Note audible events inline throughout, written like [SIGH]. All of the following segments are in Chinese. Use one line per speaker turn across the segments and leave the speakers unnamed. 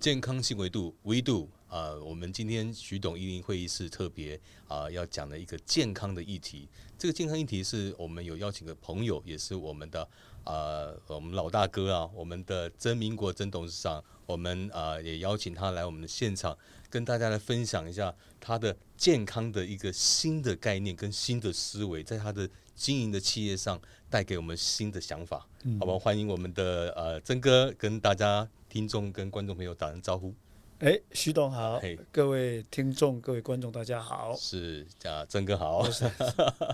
健康新维度维度啊、呃我们今天徐董一零会议室特别啊、要讲的一个健康的议题。这个健康议题是我们有邀请的朋友，也是我们的呃我们老大哥啊，我们的曾民国曾董事长，我们呃也邀请他来我们的现场，跟大家来分享一下他的健康的一个新的概念跟新的思维，在他的经营的企业上带给我们新的想法。
嗯
好吧，欢迎我们的呃曾哥跟大家听众跟观众朋友打声招呼。
哎，徐董好
嘿，
各位听众、各位观众，大
[LAUGHS]
家好。
是啊，曾哥好，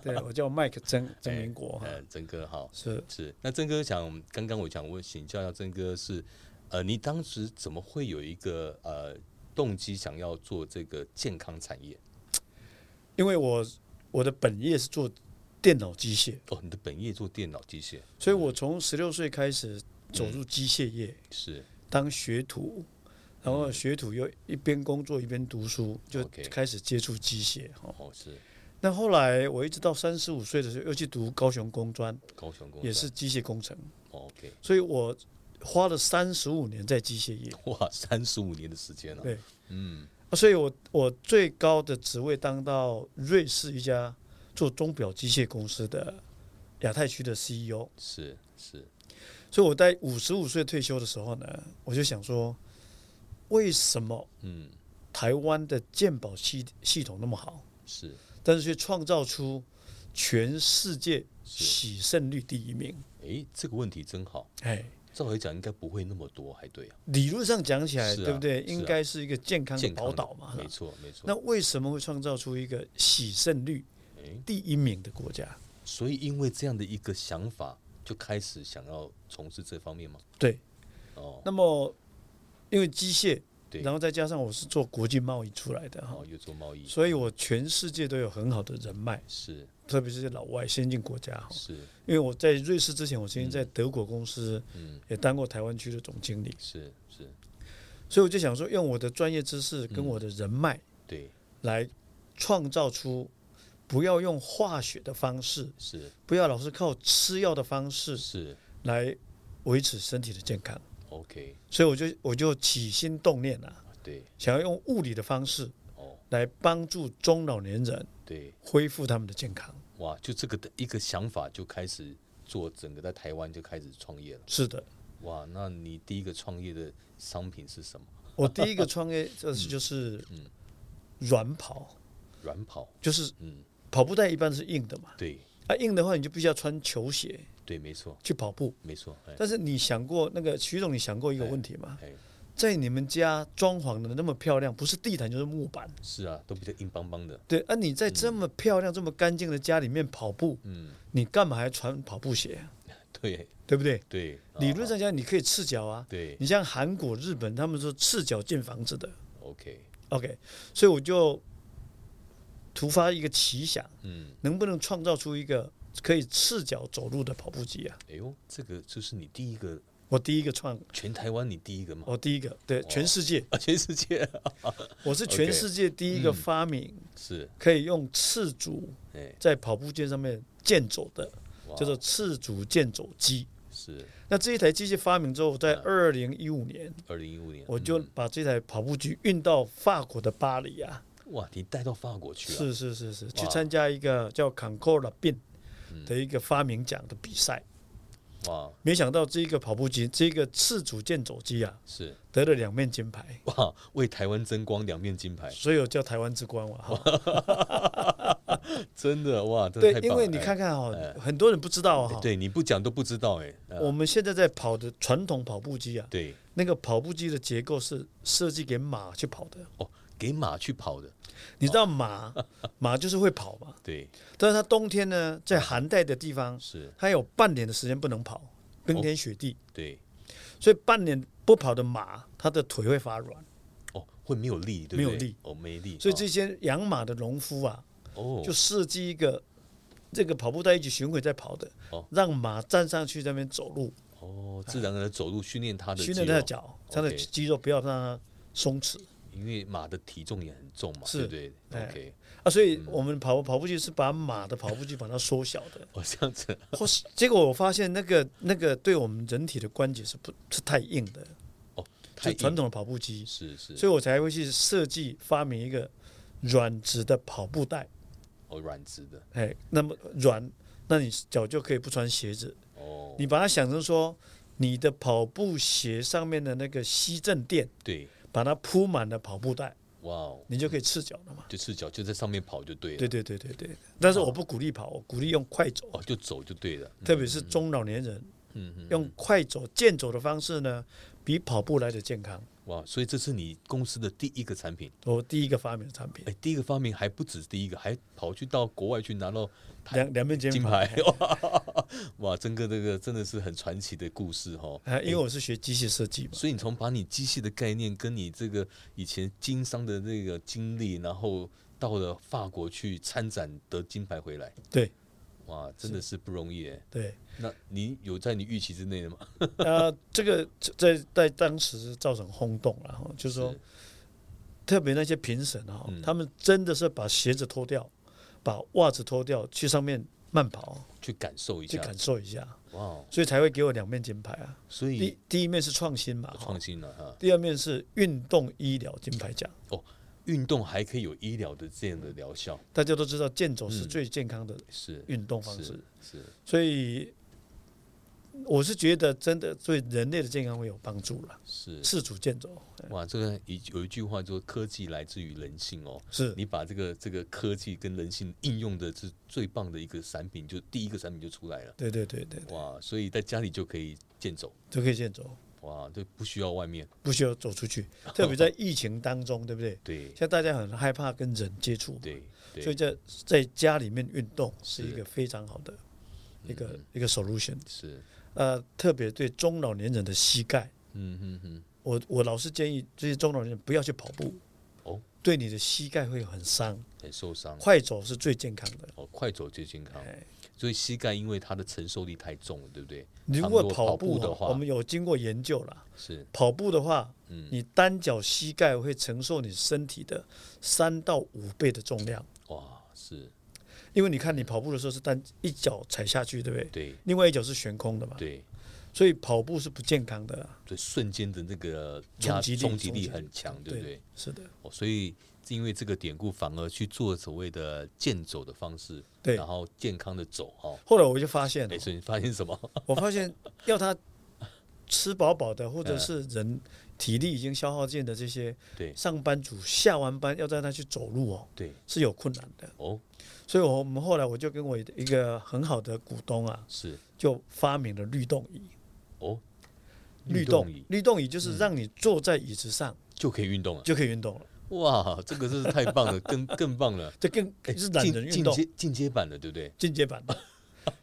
对我叫麦克曾曾
哎
明国哈，
呃， [LAUGHS] 曾哥好，
是
是。那曾哥想，刚刚我想我请教一下曾哥是，呃，你当时怎么会有一个呃动机想要做这个健康产业？
因为我我的本业是做电脑机械，
哦，你的本业做电脑机械，
所以我从十六岁开始走入机械业，
是
当学徒，然后学徒又一边工作一边读书，就
嗯 OK
开始接触机械哈。
哦，是
那后来我一直到三十五岁的时候，又去读高雄工专，
高雄工
也是机械工程，
哦 OK， [LAUGHS]
所以我花了三十五年在机械业。
哇，三十五年的时间了，
对
嗯，
啊所以我我最高的职位当到瑞士一家做钟表机械公司的亚太区的 CEO，
是是，
所以我在五十五岁退休的时候呢，我就想说，为什么
嗯
台湾的鉴宝系系统那么好，
是
但是却创造出全世界
是，
喜胜率第一名？
诶，这个问题真好，
哎，
照理讲应该不会那么多，还对啊，
理论上讲起来，
是啊
对不对？
是啊
应该是一个健康的
健康
宝
的
岛嘛。
没错没错，
那为什么会创造出一个喜胜率
诶。
第一名的国家？
所以因为这样的一个想法，就开始想要从事这方面吗？
对，
哦，
那么，因为机械，
对
然后再加上我是做国际贸易出来的啊哈
哦，，又做贸易，
所以我全世界都有很好的人脉，
是
特别是老外先进国家哈。
是
因为我在瑞士之前，我曾经在德国公司
嗯
也当过台湾区的总经理，
是是，
所以我就想说，用我的专业知识跟我的人脉
对
来创造出，不要用化学的方式，
是
不要老是靠吃药的方式
是
来维持身体的健康。
OK
所以我就我就起心动念啊，
对
想要用物理的方式。
哦
来帮助中老年人
对
恢复他们的健康。
哇，就这个的一个想法就开始做，整个在台湾就开始创业了。
是的，
哇，那你第一个创业的商品是什么？
我第一个创业就是就是
嗯
软跑，
软跑，
就是
嗯，
跑步带一般是硬的嘛，
对
啊硬的话你就必须要穿球鞋
对，没错
去跑步。
没错，哎
但是你想过那个徐总，你想过一个问题吗？
哎，
在你们家装潢的那么漂亮，不是地毯就是木板，
是啊，都比较硬邦邦的， [LAUGHS]
对啊，你在这么漂亮、这么干净的家里面跑步，
嗯，
你干嘛还穿跑步鞋啊、
对
对不对？
对，
理
啊
论上讲，你可以赤脚啊。
对
你像韩国、日本，他们说赤脚建房子的，
，OK，
OK，所以我就突发一个奇想，
嗯。
能不能创造出一个可以赤脚走路的跑步机啊？
哎呦，这个就是你第一个，
我第一个创，
全台湾你第一个嘛？
我第一个，对，全世界，
啊， [LAUGHS] 全世界、
我是全
哦 OK 嗯
世界第一个发明
是，
可以用赤足
哎，
在跑步机上面健走的，
哇
叫做赤足健走机。
是
那这一台机器发明之后，
嗯
在二零一五年，
二零一五年，嗯
我就把这台跑步机运到法国的巴黎啊。
哇，你带到法国去啊了、
是是是是，去参加一个叫 Concord l a b i
嗯
n 的一个发明奖的比赛。
哇，
没想到这个跑步机，这个赤足健走机啊，
是
得了两面金牌，
哇，为台湾争光两面金牌，
所以我叫台湾之光嘛。哈
真的哇，真
对
的太，棒了
因为你看看哈、很多人不知道啊
哎
哈、
对你不讲都不知道哎、啊
我们现在在跑的传统跑步机啊，
对
那个跑步机的结构是设计给马去跑的。
哦，给马去跑的，
你知
[LAUGHS]
道马，马就是会跑嘛，
对，
但是它冬天呢，在寒带的地方，
是
它有半年的时间不能
哦
跑，冰天雪地，
对，
所以半年不跑的马，它的腿会发软。
哦，会没有力，对不对？
没有力，
哦，没力，
所以这些养马的农夫啊，
哦，
就设计一个这个跑步带一起巡回在跑的，
哦
让马站上去在那边走路，
哦，自然而然走路训练他的
训
肌
练它的
肉
脚，它的
OK
肌肉不要让它松弛
因为马的体重也很重嘛，
是
对不对
哎
？OK，
啊。所
嗯
以我们跑步跑步机是把马的跑步机把它缩小
[LAUGHS]
的，
哦，这样子，
或是结果我发现那个那个对我们人体的关节是不是太硬的，
哦，太
就
硬
传统的跑步机，
是是，
所以我才会去设计发明一个软质的跑步带。
哦，软质的
哎，那么软，那你脚就可以不穿鞋子。
哦，
你把它想成说，你的跑步鞋上面的那个吸震垫，
对，
把它铺满了跑步带，
哇哦，
你就可以赤脚了嘛。
就赤脚就在上面跑就对了，
对对对对对。但是我不鼓励跑，我鼓励用快走，啊
哦，就走就对了，
特别是中老年人
嗯嗯，
用快走、健走的方式呢，比跑步来的健康。
哇，所以这是你公司的第一个产品，
我第一个发明的产品，
哎，第一个发明还不止第一个，还跑去到国外去拿到
两两面肩
金
膀。
牌， [LAUGHS] 哇，整个这个真的是很传奇的故事哈、哦。
啊，因为我是学机械设计嘛，
所以你从把你机械的概念跟你这个以前经商的那个经历，然后到了法国去参展得金牌回来，
对
哇，真的是不容易哎。
对，
那你有在你预期之内的吗？ [LAUGHS]
呃，这个在在当时造成轰动了，哈就是说
是，
特别那些评审哈
嗯，
他们真的是把鞋子脱掉，把袜子脱掉，去上面慢跑，
去感受一
去
下，
感受一下，
哇哦，
所以才会给我两面金牌啊。
所以
第第一面是创新嘛，哈
创新了哈。
第二面是运动医疗金牌奖。
运动还可以有医疗的这样的疗效，
大家都知道健走是
嗯
最健康的
是
运动方式
是，是，
所以我是觉得真的对人类的健康会有帮助了。
是
四主健走
哇，这个一有一句话说，科技来自于人性哦。
是
你把这个这个科技跟人性应用的是最棒的一个产品，就第一个产品就出来了。
对对对对，
哇，所以在家里就可以健走，
都可以健走，
哇，就不需要外面。
不需要走
[LAUGHS]
出去。特别在疫情当中，对不对？
对
现在大家很害怕跟人接触嘛，
对
所
对，
以在在家里面运动是
是
一个非常好的一个
嗯
一个 solution。
是，
呃，特别对中老年人的膝盖，
嗯哼哼，
我我老是建议这些中老年人不要去跑步，
哦，
对你的膝盖会很伤。
很受伤。
快走是最健康的。
哦，快走最健康，
哎
所以膝盖因为它的承受力太重了，对不对？
如
常
果
如果
跑
跑步
步哈
的话
我们有经过研究了，
是，
跑步的话，
嗯，
你单脚膝盖会承受你身体的三到五倍的重量，
哇，是
因为你看你跑步的时候是单一脚踩下去，对不对？
对
另外一脚是悬空的嘛，
对，
所以跑步是不健康的啦。
对，瞬间的那个
冲
压
击力
冲击
冲击
力
力
很强，对不对？
是的，
哦，所以因为这个典故，反而去做所谓的健走的方式，
对
然。后健康的走哦。
后来我就发现
哎、，所以你发现什么？ [LAUGHS]
我发现要他吃饱饱的，或者
嗯
是人体力已经消耗尽的这些
对
上班族，下完班要带他去走路哦，
对，
是有困难的。
哦，
所以我们后来我就跟我一个很好的股东啊，
是
就发明了律动椅。
哦，
律
动
动
椅，
律动椅就是让你坐在椅子上
就可以运动了。
就可以运动了，
哇，这个真是太棒了，更更棒
[LAUGHS]
了，
这更
哎
是懒人运
进进
动
阶进阶版的，对不对？
进阶版的。 [LAUGHS]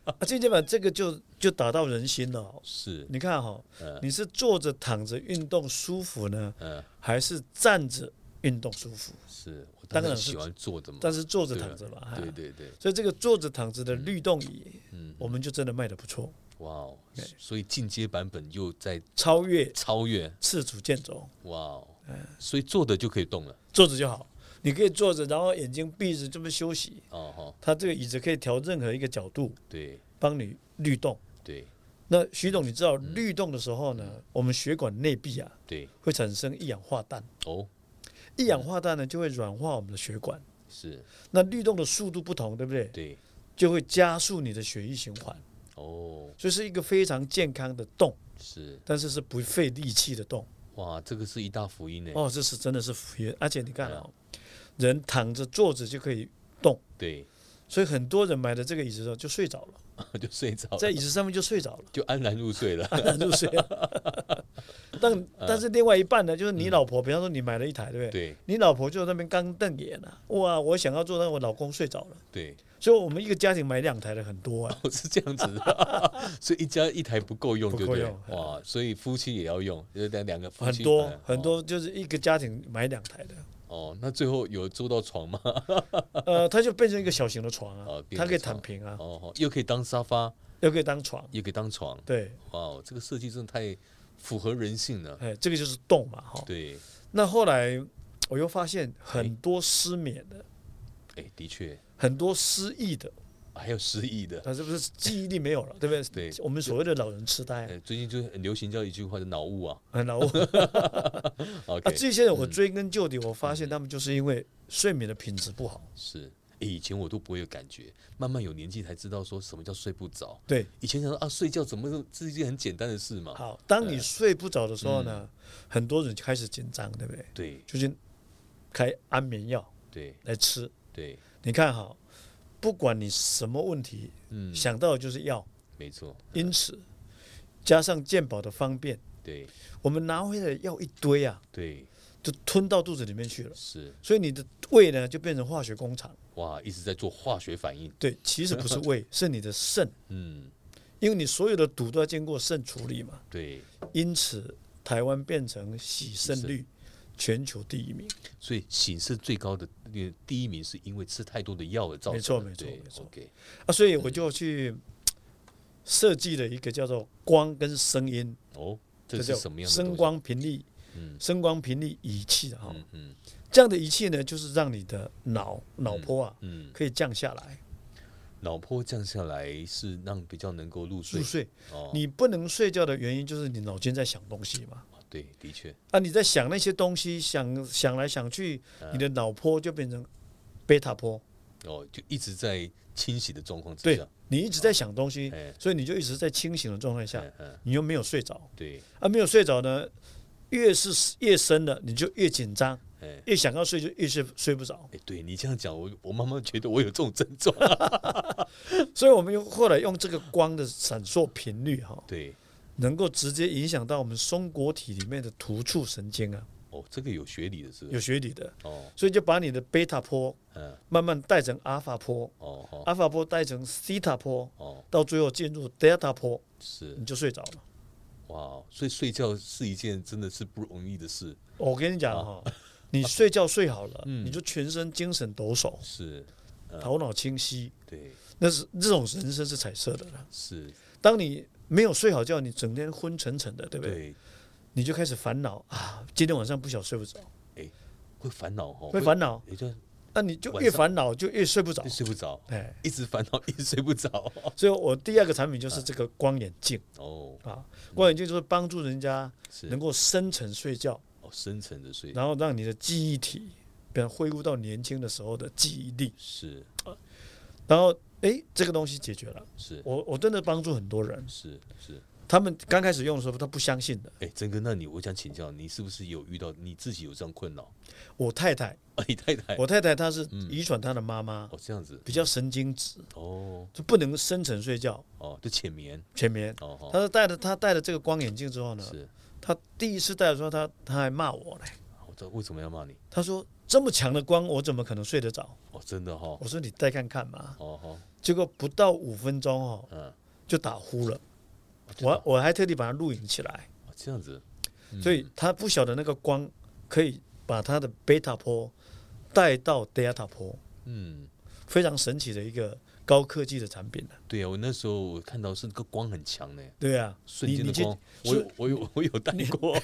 啊，进阶版这个就就打到人心了哦。
是，
你看哈、
嗯
你是坐着躺着运动舒服呢，
嗯、
还是站着运动舒服？
是我
当
当然
然是
喜欢坐的嘛。
但是坐着躺着吧，
嗯对
啊
对对，
所以这个坐着躺着的律动椅，
嗯，
我们就真的卖的不错，
哇哦，所以进阶版本又在
超越
超越，
次主健走，
哇哦，
嗯
所以坐的就可以动了，
坐着就好。你可以坐着，然后眼睛闭着这么休息。
哦哈，
它这个椅子可以调任何一个角度，
对
帮你律动。
对
那徐总，你知道
嗯
律动的时候呢，我们血管内壁啊
对，
会产生一氧化氮，
哦，
一氧化氮呢就会软化我们的血管。
是
那律动的速度不同，对不对？
对，
就会加速你的血液循环，
哦，
所以是一个非常健康的动，
是
但是是不费力气的动。
哇，这个是一大福音呢。
哦，这是真的是福音，而且你看
对啊
哦，人躺着坐着就可以动，
对， [LAUGHS]
所以很多人买的这个椅子之后就睡着了，
就睡着了，，
在椅子上面就睡着了
[LAUGHS] 就安然入睡
[LAUGHS]
了。
安然入睡了。
[LAUGHS]
但但是另外一半呢，就是你老婆，比方说你买了一台，对
嗯
不对？
对
你老婆就在那边刚瞪眼了、哇！我想要做，但我老公睡着了，
对，
所以我们一个家庭买两台的很多啊。
我是这样子的， [LAUGHS] 所以一家一台不够用，
不
对
够
对
用？
哇，所以夫妻也要用，就是两两个夫
很
妻
多
本来
很多就是一个家庭买两台的，
哦哦，那最后有租到床吗？
呃，它就变成一个小型的床啊
哦，变
它可以
成床
躺平啊，
哦，又可以当沙发，
又可以当床，
也可以当床，
对，
哇哦，这个设计真的太符合人性了。
哎，这个就是动嘛，哈。
对，
那后来我又发现很多失眠的，
哎，的确，
很多失忆的，
还有失忆的。
他是不是记忆力没有了，对不对？
对
我们所谓的老人痴呆啊
呃，最近就很流行叫一句话叫脑雾啊。
很
[LAUGHS]
老。啊，
OK，、嗯
这些人我追根究底，我发现他们就是因为睡眠的品质不好。
是。诶以前我都不会有感觉，慢慢有年纪才知道说什么叫睡不着。
对，
以前想说啊，睡觉怎么是是一件很简单的事嘛？
好，当你睡不着的时候呢，
嗯
很多人就开始紧张，对不对？
对
就是开安眠药
对
来吃。
对，
你看哈，不管你什么问题，
嗯，
想到的就是药。
没错，
因此，加上健保的方便，
对
我们拿回来的药一堆啊，
对
就吞到肚子里面去了。
是
所以你的胃呢，就变成化学工厂。
哇，一直在做化学反应。
对，其实不是 [LAUGHS] 胃，是你的肾，
嗯，
因为你所有的毒都要经过肾处理嘛。
对，
因此，台湾变成洗肾率全球第一名。
所以醒肾最高的那个第一名是因为吃太多的药而造
没
成
错
的。
没错
对
没错
OK，
啊，所以我就去嘖设计了一个叫做光跟声音，
哦，
这
这
叫
是什么样的东
声
西？
光频率
嗯
声光频率仪器哈、
嗯嗯
这样的仪器呢，就是让你的脑脑波啊
嗯，
可以降下来
脑波降下来是让比较能够入睡
入。睡。
哦，
你不能睡觉的原因就是你脑筋在想东西嘛，
对，的确，
啊，你在想那些东西，想想来想去，
嗯
你的脑波就变成贝塔波，
哦，就一直在清洗的状况之
对
下。
你一直在想东西，
哎
所以你就一直在清醒的状态下，
嗯嗯，
你又没有睡着，
对，
啊，没有睡着呢，越是夜深了，你就越紧张，
哎
越想要睡就越睡睡不着，
哎，对你这样讲，我我慢慢觉得我有这种症状。
所以我们用后来用这个光的闪烁频率哈、
对，
能够直接影响到我们松果体里面的突触神经啊，
哦，这个有学理的是不
有
是。
学理的，
哦，
所以就把你的贝塔波
嗯，
慢慢带成阿尔法波，
哦哦
阿尔法波带成西塔波，
哦，
到最后进入德尔塔波，
是
你就睡着了。
哇，所以睡觉是一件真的是不容易的事。
我跟你讲哈、你睡觉睡好了，你就全身精神抖擞，
是，
头脑清晰，
对，
那是这种人生是彩色的啦。
是，
当你没有睡好觉，你整天昏沉沉的，对不对？
对，
你就开始烦恼啊，今天晚上不晓得睡不着，
哎会烦恼哦，
会烦恼，
也就
那你就
晚
越
上
烦恼就越睡不着
就。睡不着，
哎，
一直烦恼，一直睡不着。
所以我第二个产品就是
嗯
这个光眼镜
哦，
啊，光眼镜就是帮助人家能
是
够深层睡觉，
哦，深层的睡
然后让你的记忆体，比方恢复到年轻的时候的记忆力，
是
然后诶，这个东西解决了。
是
我我真的帮助很多人，
是是。
他们刚开始用的时候他不相信的。
哎，真哥，那你我想请教，你是不是有遇到你自己有这样困扰？ [LAUGHS]
我太太，
啊，你太太
我太太她是
嗯
遗传她的妈妈，
哦这样子
比较神经质，
哦
就不能深层睡觉
哦，就浅眠
前面。
哦
她
哦
是戴了她戴了这个光眼镜之后呢，
是。
她第一次戴的时候，她她还骂我嘞，
我知道哦为什么要骂你
她说这么强的光我怎么可能睡得着？
哦，真的哈
我说你再看看嘛，
哦哦
结果不到五分钟哦，
嗯，
就打呼了。
真的
我我还特地把它录影起来，
哦这样子
所以他不晓得那个光可以把他的贝塔波带到德尔塔波，
嗯。
非常神奇的一个高科技的产品了。
对啊，我那时候我看到是那个光很强呢，
对啊，
瞬
你
间
你
的
去
光，我有我有我有带过，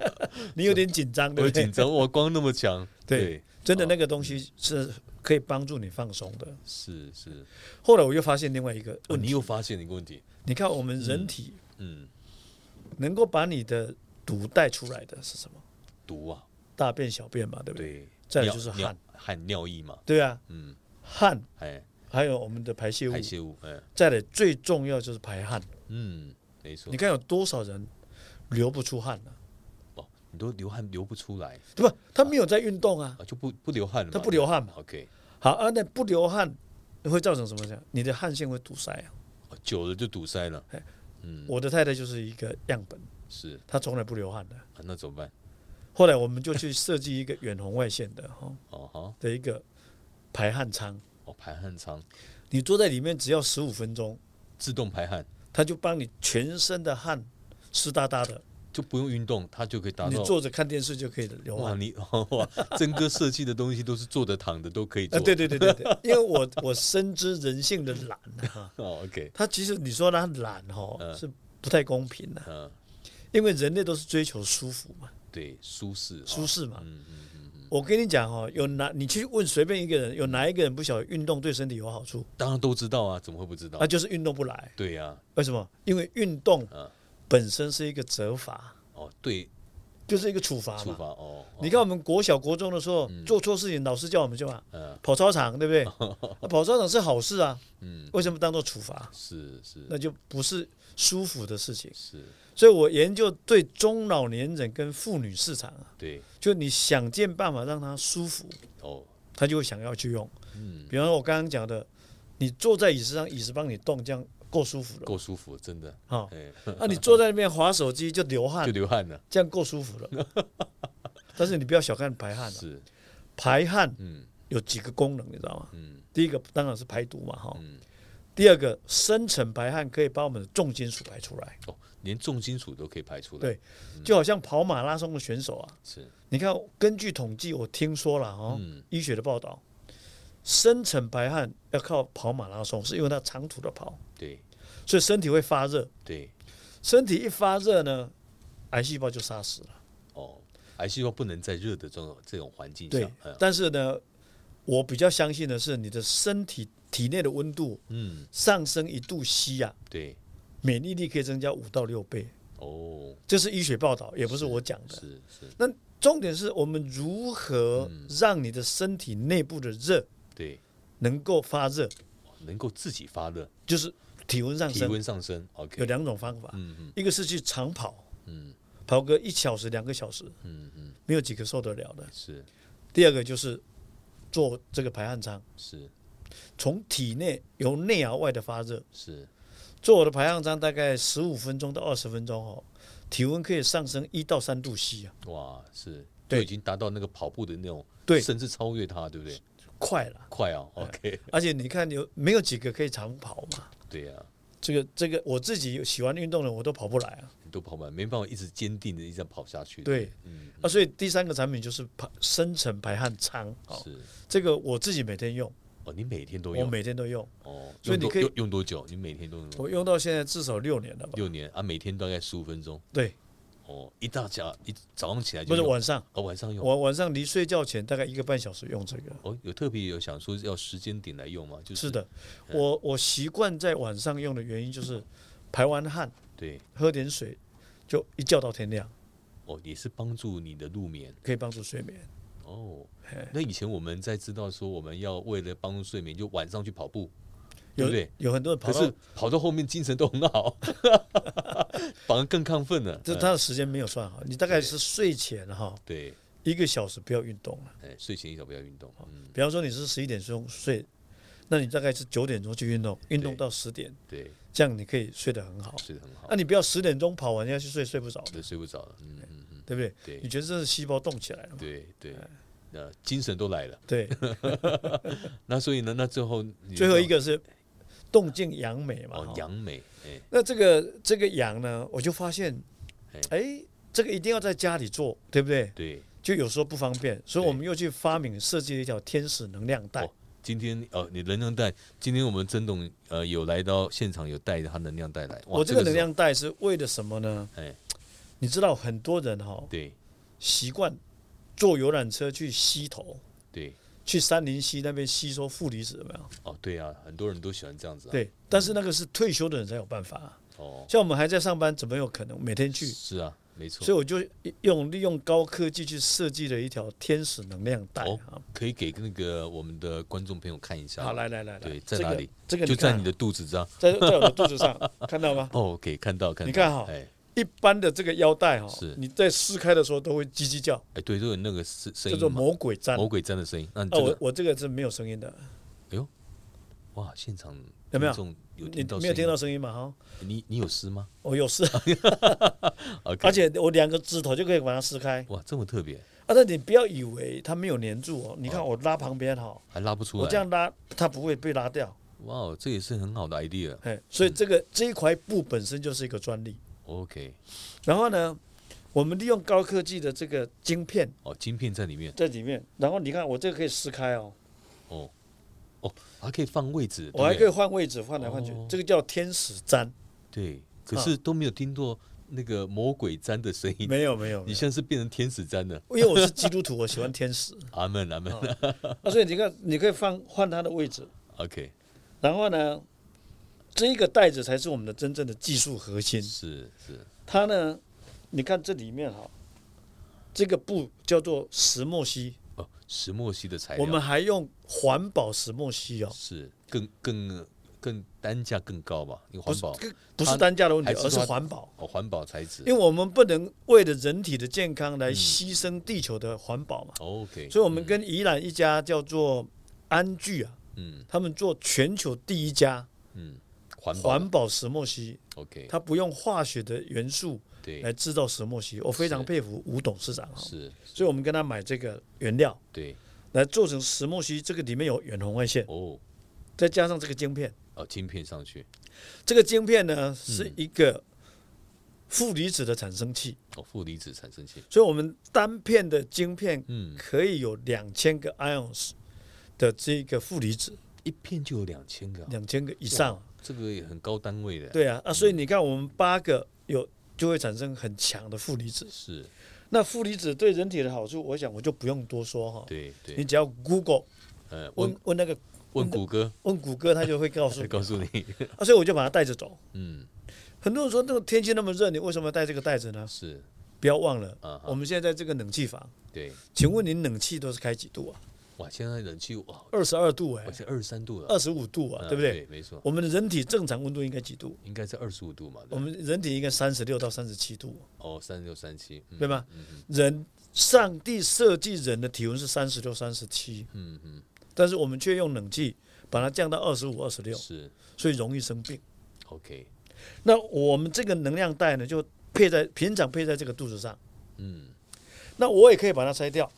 [LAUGHS] 你有点紧张，
我
[LAUGHS] 对
有
不
紧
对？
张，我光那么强，
[LAUGHS] 对
对，
真的
啊
那个东西是可以帮助你放松的。
是是，
后来我又发现另外一个
哦，
问
你
题，
又发现了一个问题，
你看我们人体
嗯，
能够把你的毒带出来的是什么？
毒啊，
大便、小便嘛，对不对？
对，
再来
尿
就是
尿
汗
汗尿液嘛，
对啊，
嗯，
汗
哎，
还有我们的排泄物
排，泄物，哎，
再来最重要就是排汗。
嗯，没错
你，看有多少人流不出汗呢、啊
哦，你都流汗流不出来
对吧？他没有在运动啊。
啊，就不不流汗了嘛，
他不流汗嘛
，OK，
好，而、啊、那不流汗会造成什么呢？你的汗腺会堵塞啊。
哦久了就堵塞了，嗯
我的太太就是一个样本，
是，
她从来不流汗的。
啊那怎么办？
后来我们就去设计一个远红外线的哈、哦
哦哈，
的一个排汗舱，
哦排汗舱
你坐在里面只要十五分钟，
自动排汗，
它就帮你全身的汗湿哒哒的，
就不用运动，它就可以达
你啊
到
坐着看电视就可以流
哇，
汗。
你 [LAUGHS] 哇，真哥设计的东西都是坐的、躺的都可以
啊，
做。
对对对对对， [LAUGHS] 因为我我深知人性的懒啊，
哦，OK，
他其实你说他懒哦，
嗯
是不太公平的、
嗯，
因为人类都是追求舒服嘛，
对，舒适，
舒
哦，
适嘛。
嗯嗯嗯嗯，
我我跟你讲哦，有哪你去问随便一个人，有哪一个人不晓得运动对身体有好处？
当然都知道啊，怎么会不知道
那？就是运动不来。
对呀、
为什么？因为运动
嗯
本身是一个责罚，
哦，对，
就是一个处罚
处
嘛。
罚哦，哦
你看我们国小、国中的时候，做错事情，老师叫我们去嘛，
嗯，
跑操
[LAUGHS]
场，对不对？啊跑操场是好事啊，为什么当做处罚？
是嗯是
那就不是舒服的事情。
是，
所以我研究对中老年人跟妇女市场啊，
对，
就你想尽办法让他舒服，
哦，
他就会想要去用。
嗯，
比方说我刚刚讲的，你坐在椅子上，椅子帮你动，这样够舒服了。
够舒服，真的，
好，
哎，
那、你坐在那边划手机就流
[LAUGHS]
汗
就，流汗了，
这样够舒服了。但是你不要小看排汗了，
是，
排汗
嗯
有几个功能，你知道吗？
嗯
第一个当然是排毒嘛，哈。
嗯，
第二个，深层排汗可以把我们的重金属排出来，
哦，连重金属都可以排出来，
对
嗯
就好像跑马拉松的选手啊，
是，
你看，根据统计，我听说了哦，
嗯
医学的报道，深层排汗要靠跑马拉松，是因为它长途的跑，
对
所以身体会发热，
对，
身体一发热呢，癌细胞就杀死了。
哦，还是说不能在热的这种这种环境
对
下，，嗯
但是呢，我比较相信的是，你的身体体内的温度
嗯，
上升一度 C 啊，
对，
免疫力可以增加五到六倍，
哦，
这是医学报道，也不是我讲的。
是是，
那重点是我们如何
嗯
让你的身体内部的热
对，哦
能够发热，
能够自己发热，
就是体温上
体
升。
温上升
有
，OK，
两种方法，
嗯嗯
一个是去长跑，
嗯
跑个一小时、两个小时，
嗯嗯，
没有几个受得了的。
是
第二个就是做这个排汗舱，
是
从体内由内而外的发热。
是，
做我的排汗舱大概十五分钟到二十分钟哦，体温可以上升一到三度 C 啊，
哇，是，就
对
已经达到那个跑步的那种，
对
甚至超越它，对不对？
快了。
快啊，OK，
而且你看有没有几个可以长跑嘛？
对呀、
这个这个我自己喜欢运动的我都跑不来啊。
你都跑完，没办法一直坚定的一直这样跑下去。，
对，
嗯，
啊，所以第三个产品就是排深层排汗舱哦，
是
这个我自己每天用，
哦，你每天都
我
用
每天都用。
哦，
所
用
以你
多
可以
用用多久？你每天都用
我用到现在至少六年了吧？
六年啊，每天大概十五分钟
对，
哦，一大早一早上起来就
不是
用
晚上，
哦，晚上用
我晚上离睡觉前大概一个半小时用这个。
哦，有特别有想说要时间点来用吗？就是
的，我我习惯在晚上用的原因就是排完汗，
对
喝点水，就一觉到天亮，
哦，也是帮助你的入眠
可以帮助睡眠。
哦
嘿。
那以前我们在知道说我们要为了帮助睡眠，就晚上去跑步，对
有
不对？
有很多人
可
跑
是
到，
跑到后面精神都很好， [LAUGHS] 反而更亢奋了。
这
嗯
他的时间没有算好，你大概是睡前哈
对，
一个小时不要运动了。啊
哎，睡前一早不要运动，嗯，
比方说你是十一点钟睡，那你大概是九点钟去运动，运动
对
到十点，
对，
这样你可以睡得很好。
睡得很好
那、，你不要十点钟跑完要去睡，睡不着，
都睡不着了，嗯嗯嗯，
对不对？你
对
全身的细胞动起来了嘛？
对对，那精神都来了。
对，
那所以呢，那最后 [LAUGHS] 你
最后一个是动静扬美嘛。
哦
哈，
杨梅，哎，
那这个这个扬呢，我就发现
哎，
哎，这个一定要在家里做，对不对？
对，
就有时候不方便，所以
对
我们又去发明设计了一条天使能量带
哦。今天哦，你能量带，今天我们曾董呃有来到现场，有带着他能量带来。哇
我这个能，
是
量带是为了什么呢？
哎，
你知道很多人哈、哦、
对
习惯坐游览车去溪头，
对，
去山林溪那边吸收负离子，有没有？
哦对啊，很多人都喜欢这样子、啊。，
对，但是那个是退休的人才有办法啊、
哦，
像我们还在上班，怎么有可能每天去？
是啊，没错
所。以我嗯就用利用高科技去设计了一条天使能量带
哦
啊。
可以给那个我们的观众朋友看一下。
好，来来来来，
对在
这
哪
个
里
这个
就在
看啊
你的肚子上。
在在我的肚子上，看
[LAUGHS]
到吗？
哦，可以看到，看到。
你看哈
哎
一般的这个腰带哈
是，
你在撕开的时候都会叽叽叫，
哎，对，都有那个声声
叫
音
做
嘛
魔鬼毡。
魔鬼毡的声音。那你
啊，
这
我
个，
我这个是没有声音的，
哎呦，哇，现场
有没有
听众有
你
听到
没
声
有听
音
到
吗？
声音嘛？哈，
你你有湿吗 [LAUGHS]
我有事，
？OK，
而且我两个指头就可以把它撕开。
哇，这么特别，
啊，但你不要以为它没有粘住哦，你看我拉旁边哈，
还拉不出来。
我这样拉它不会被拉掉，
哇哦，这也是很好的 idea。
哎，所以这个这一块布本身就是一个专利。
OK，
然后呢，我们利用高科技的这个晶片
哦，晶片在里面，
在里面，然后你看我这个可以撕开哦，
哦，哦，还可以放位置，
我还可
对
以
不
换位置换来换去
哦，
这个叫天使毡。
对对，可是都没有听过那个魔鬼毡的声音，
没有没有，没
你
有
像是变成天使毡了。
因为我是基督徒，我喜欢天
[LAUGHS]
使
阿门阿门。
啊，所以你看，你可以放换它的位置，
[LAUGHS] OK，
然后呢，这个袋子才是我们的真正的技术核心。
是是
它呢，你看这里面哈，这个布叫做石墨烯，
哦，石墨烯的材料，
我们还用环保石墨烯哦，
是更更更单价更高吧？因为
不
环
是
保
不是单价的问题，
还是
而是
说
环保。
哦，环保材质
因。为我们不能为了人体的健康
嗯
来牺牲地球的环保嘛，
OK，
所以我们跟宜兰一家叫做安聚啊，
嗯
他们做全球第一家
嗯，环保嗯
环保石墨烯，
OK，
它不用化学的元素
对
来制造石墨烯，我非常佩服吴董事长啊，
是，
所以我们跟他买这个原料
对
来做成石墨烯，这个里面有远红外线，
哦
再加上这个晶片，
哦，晶片上去
这个晶片呢
嗯
是一个负离子的产生器，
哦，负离子产生器，
所以我们单片的晶片
嗯，
可以有两千个 ions 的这个负离子，
一片就有两千个啊，
两千个以上
哇。，嗯这个也很高单位的，，
对啊，啊，所以你看，我们八个有就会产生很强的负离子。
是，
那负离子对人体的好处，我想我就不用多说哈。
对
你
对，
只要 Google
呃，问
问问那个
问谷歌，
问谷歌，他就会
[LAUGHS]
告诉你。
告诉你，
啊，所以我就把它带着走。
嗯，
很多人说，那个天气那么热，你为什么要带这个袋子呢？
是，
不要忘了
啊哈
我们现在在这个冷气房，
对，
请问您冷气都是开几度啊？
哇，现在冷气哇，
二十二度哎、
我现在二十三度了，
二十五度啊，
嗯
对不对？？
没错，
我们的人体正常温度应该几度？
应该在二十五度嘛，对
我们人体应该三十六到三十七度，
哦，三六三七，嗯
对吗？人上帝设计人的体温是三十六、三十七，
嗯嗯，
但是我们却用冷气把它降到二十五、二十六，
是
所以容易生病。
OK，
那我们这个能量带呢，就配在平常配在这个肚子上。
嗯，
那我也可以把它拆掉，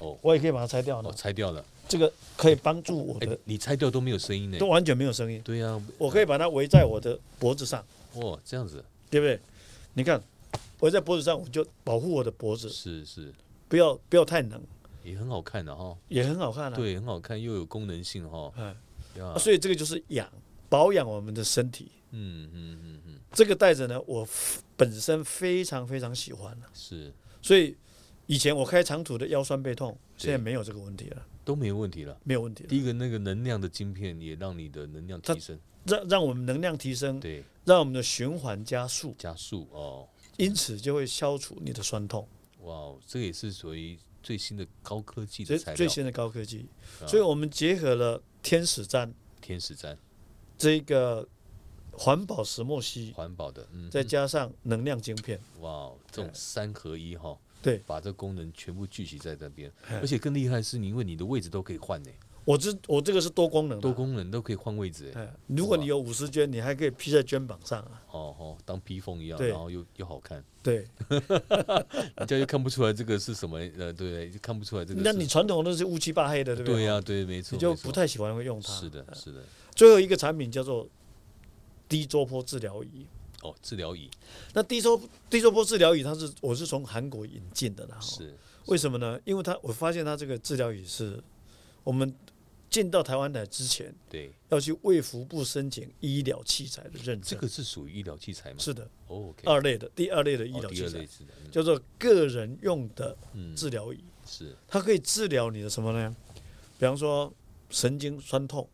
哦
我也可以把它拆掉呢
哦，。拆掉了，
这个可以帮助我
哎
的，，
你拆掉都没有声音呢
都，完全没有声音。
对呀，
我可以把它围在我的脖子上，
哦，这样子，
对不对？你看，围在脖子上，我就保护我的脖子，
是是，
不要不要太冷，
也很好看的哈，
也很好看啊。
对，很好看又有功能性哈，
哎
呀
啊，所以这个就是养保养我们的身体。
嗯嗯嗯嗯，
这个袋子呢，我 f- 本身非常非常喜欢啊
是
所以以前我开长途的腰酸背痛，
对
现在没有这个问题了，
都没有问题了。
没有问题了
第一个，那个能量的晶片也让你的能量提升，
让让我们能量提升，
对，
让我们的循环加速，
加速哦，
因此就会消除你的酸痛。
哇哦，这也是属于最新的高科技
这
的材
最
料，
新的高科技，
啊
所以我们结合了天使毡
天使毡
这个环保石墨烯，
环保的，嗯，
再加上能量晶片，
哇哦，这种三合一哈，
嗯对
把这功能全部聚集在这边，
嗯
而且更厉害的是，你因为你的位置都可以换呢，
我这我这个是多功能的
多。功能都可以换位置，
哎，如果你有五十捐，你还可以披在捐榜上啊。
哦哦，当披风一样，
对
然后又又好看，
对，
人家又看不出来这个是什么，呃，对，就看不出来这个是。
那你传统都是乌漆八黑的，对不
对
对？
呀、对，没错，
哦你就
没错
不太喜欢会用它。
是的，是的，
最后一个产品叫做低周波治疗仪。
哦，治疗椅
那低周低周波治疗仪，它是我是从韩国引进的啦。哦哈
是
为什么呢？因为它我发现它这个治疗仪是我们进到台湾来之前
对，
要去卫福部申请医疗器材的认
这
证。
个是属于医疗器材吗？
嗯是的，
哦，OK，
二类的第二类的医
哦
疗
第
器
二
材
类，似的，
叫做个人用的
嗯，
治疗仪。
是
它可以治疗你的什么呢？比方说神经酸痛、